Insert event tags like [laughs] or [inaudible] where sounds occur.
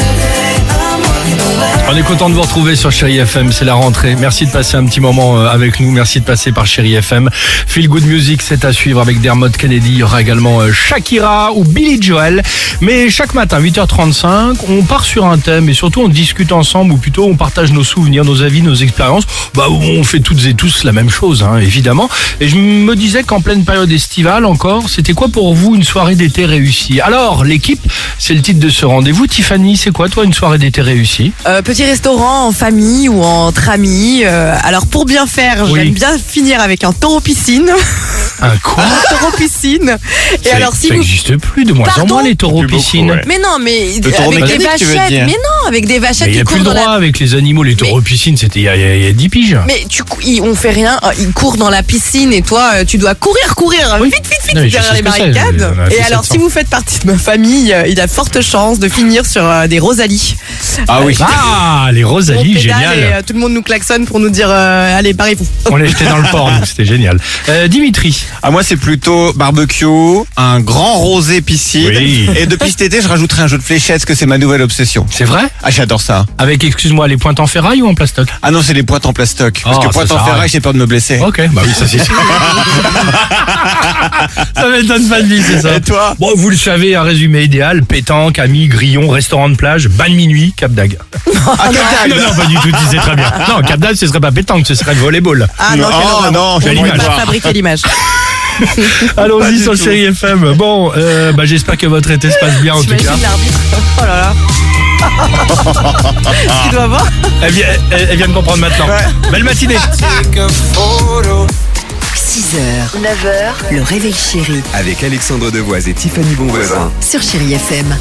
On est content de vous retrouver sur Chéri FM, c'est la rentrée. Merci de passer un petit moment euh, avec nous, merci de passer par Chéri FM. Feel Good Music, c'est à suivre avec Dermot Kennedy. Il y aura également euh, Shakira ou Billy Joel. Mais chaque matin, 8h35, on part sur un thème et surtout on discute ensemble ou plutôt on partage nos souvenirs, nos avis, nos expériences. Bah, on fait toutes et tous la même chose, hein, évidemment. Et je me disais qu'en pleine période estivale encore, c'était quoi pour vous une soirée d'été réussie Alors, l'équipe, c'est le titre de ce rendez-vous. Tiffany, c'est quoi toi une soirée d'été réussie Euh, petit restaurant en famille ou entre amis. euh, alors pour bien faire, Oui. j'aime bien finir avec un [laughs] taureau piscine. Un Ah, quoi Un taureau piscine. Ah, Et Ça- alors si ça vous n'existe plus de moins en Pardon moins les taureaux piscines. mais non, mais taureau avec des mécanique, tu veux vachettes. dire. Mais non, avec des Mais Il vachettes n'y qui a plus courent le dans droit la. avec les animaux, les taureaux piscines, c'était il y a- il y a- il y a 10 piges. Mais tu, cou- ils- on fait rien. euh, Ils courent dans la piscine et toi, euh, tu dois courir, courir Oui. vite, vite, vite Non, mais je derrière sais les ce que c'est, barricades. on a fait Et alors 700. si vous faites partie de ma famille, euh, il a forte chance de finir sur euh, des Rosalie. Ah oui. Ah, les Rosalie, On pédale et, génial. euh, tout le monde nous klaxonne pour nous dire euh, allez barrez-vous. On les jetait dans le port, donc c'était génial. Euh, Dimitri, À Ah, moi, c'est plutôt barbecue, un grand rosé piscine. Oui. Et depuis cet été, je rajouterai un jeu de fléchettes, parce que c'est ma nouvelle obsession. c'est vrai Ah, j'adore ça. Avec, excuse-moi, les pointes en ferraille ou en plastoc Ah non, c'est les pointes en plastoc. Parce Oh, que ça, pointe ça en ferraille, arrête. j'ai peur de me blesser. Ok, bah oui, ça c'est [laughs] sûr. ça m'étonne pas de vie, c'est ça. Et toi Bon, vous le savez, un résumé idéal pétanque, amis, grillon, restaurant de plage, bain de minuit, Cap d'Agde. Ah, Non, non, pas du tout, tu sais très bien. Non, Cap d'Agde, ce serait pas pétanque, ce serait le volleyball. Ah non, Non, Oh, quelle horreur. non, on quelle ne peut image. pas fabriquer l'image. Allons-y du sur le tout. Chéri FM. Bon, euh, bah, j'espère que votre été se passe bien en tout cas. T'imagines l'arbitre Oh là là. [laughs] Ce qu'il doit voir. Elle vient, elle- elle vient de comprendre maintenant. Belle matinée. 6h, 9h, le réveil chéri Avec Alexandre Devoise et Tiffany Bonvoisin. sur Chéri FM.